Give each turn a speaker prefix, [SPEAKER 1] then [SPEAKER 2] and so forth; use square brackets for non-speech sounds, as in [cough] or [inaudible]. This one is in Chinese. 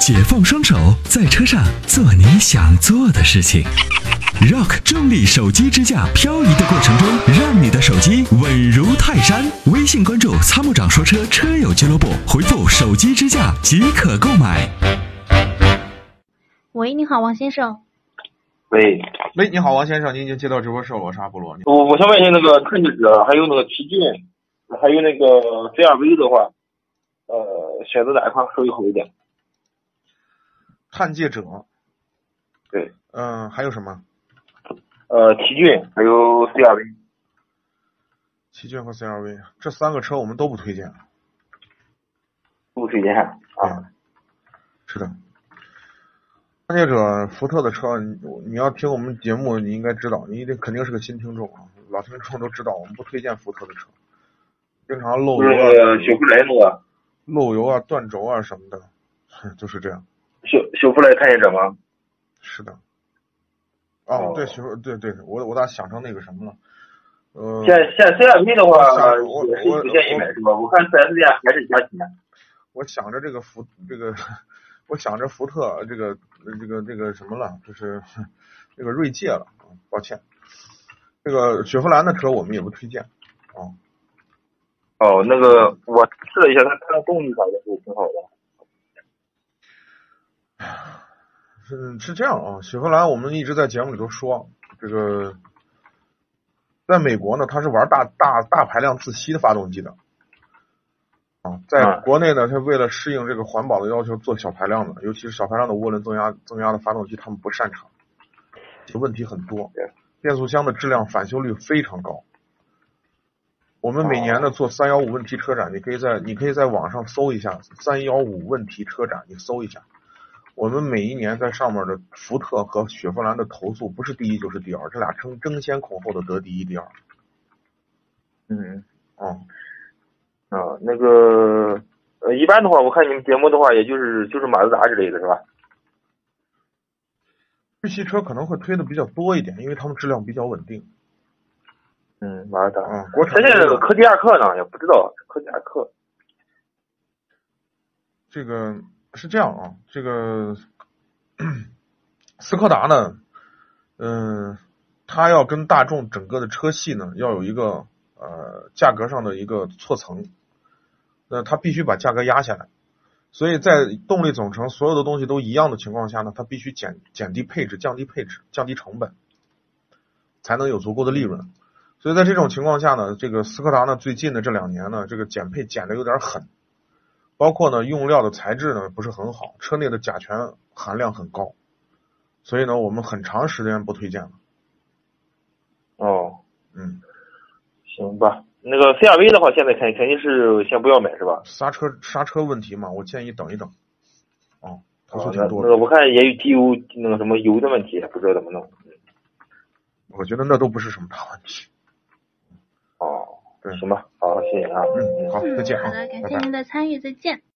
[SPEAKER 1] 解放双手，在车上做你想做的事情。Rock 重力手机支架漂移的过程中，让你的手机稳如泰山。微信关注“参谋长说车”车友俱乐部，回复“手机支架”即可购买。
[SPEAKER 2] 喂，你好，王先生。
[SPEAKER 3] 喂，
[SPEAKER 4] 喂，你好，王先生，您已经接到直播室，我是阿波罗。
[SPEAKER 3] 我我想问一下那个探界者，还有那个奇骏，还有那个 CRV 的话，呃，选择哪一款稍微好一点？
[SPEAKER 4] 探界者，
[SPEAKER 3] 对，
[SPEAKER 4] 嗯、还有什么？
[SPEAKER 3] 呃，奇骏还有 CRV。
[SPEAKER 4] 奇骏和 CRV 这三个车我们都不推荐。
[SPEAKER 3] 啊不推荐啊。
[SPEAKER 4] 是的。探界者，福特的车，你你要听我们节目，你应该知道，你一定肯定是个新听众啊，老听众都知道，我们不推荐福特的车，经常漏
[SPEAKER 3] 就是
[SPEAKER 4] 油
[SPEAKER 3] 那
[SPEAKER 4] 啊
[SPEAKER 3] 个、雪佛兰那个
[SPEAKER 4] 漏油啊、断轴啊什么的， [laughs] 哼就是这样。
[SPEAKER 3] 雪雪佛兰探险者吗？
[SPEAKER 4] 是的。哦
[SPEAKER 3] 哦，
[SPEAKER 4] 对，学对对，我我咋想成那个什么了？呃，
[SPEAKER 3] 现现 CRV 的话
[SPEAKER 4] 我想我
[SPEAKER 3] 也是
[SPEAKER 4] 我
[SPEAKER 3] 不建议买是吧？嗯我看 4S 店还是加钱。
[SPEAKER 4] 我想着这个福这个，我想着福特这个这个这个什么了，就是这个锐界了，啊抱歉。这个雪佛兰的车我们也不推荐，
[SPEAKER 3] 哦，那个我试了一下，它它的动力感觉是挺好的。
[SPEAKER 4] 是是这样啊。雪佛兰我们一直在节目里都说，这个在美国呢，它是玩大大大排量自吸的发动机的，啊，在
[SPEAKER 3] 嗯
[SPEAKER 4] 国内呢，它为了适应这个环保的要求，做小排量的，尤其是小排量的涡轮增压增压的发动机，他们不擅长，这问题很多
[SPEAKER 3] 对，
[SPEAKER 4] 变速箱的质量返修率非常高。我们每年呢做三幺五问题车展，你可以在你可以在网上搜一下三幺五问题车展，你搜一下。我们每一年在上面的福特和雪佛兰的投诉不是第一就是第二，这俩争争先恐后的得第一第二。
[SPEAKER 3] 嗯。
[SPEAKER 4] 嗯，
[SPEAKER 3] 啊，那个呃，一般的话，我看你们节目的话，也就是就是马自达之类的是吧？
[SPEAKER 4] 日系车可能会推的比较多一点，因为他们质量比较稳定。
[SPEAKER 3] 嗯，马自达。
[SPEAKER 4] 嗯，国产
[SPEAKER 3] 但
[SPEAKER 4] 车
[SPEAKER 3] 是
[SPEAKER 4] 呢
[SPEAKER 3] 科迪亚克呢，也不知道科迪亚克。
[SPEAKER 4] 这个是这样啊，这个斯柯达呢，嗯、它要跟大众整个的车系呢要有一个呃价格上的一个错层，那它必须把价格压下来，所以在动力总成所有的东西都一样的情况下呢，它必须减减低配置、降低配置、降低成本，才能有足够的利润。所以在这种情况下呢，这个斯柯达呢最近的这两年呢，这个减配减的有点狠，包括呢用料的材质呢不是很好，车内的甲醛含量很高，所以呢我们很长时间不推荐了。
[SPEAKER 3] 哦，
[SPEAKER 4] 嗯，
[SPEAKER 3] 行吧。那个 CRV 的话，现在肯肯定是先不要买是吧？
[SPEAKER 4] 刹车刹车问题嘛，我建议等一等。哦，投
[SPEAKER 3] 啊
[SPEAKER 4] 诉
[SPEAKER 3] 那
[SPEAKER 4] 挺多
[SPEAKER 3] 那
[SPEAKER 4] 的，
[SPEAKER 3] 个我看也有机油那个什么油的问题，不知道怎么弄。
[SPEAKER 4] 我觉得那都不是什么大问题。
[SPEAKER 3] 哦
[SPEAKER 4] 对，
[SPEAKER 3] 行吧，好，谢谢啊。
[SPEAKER 4] 嗯，好，再见
[SPEAKER 2] 嗯，
[SPEAKER 4] 啊
[SPEAKER 2] 好的，，感
[SPEAKER 4] 拜
[SPEAKER 2] 谢
[SPEAKER 4] 拜。
[SPEAKER 2] 您的参与，再见。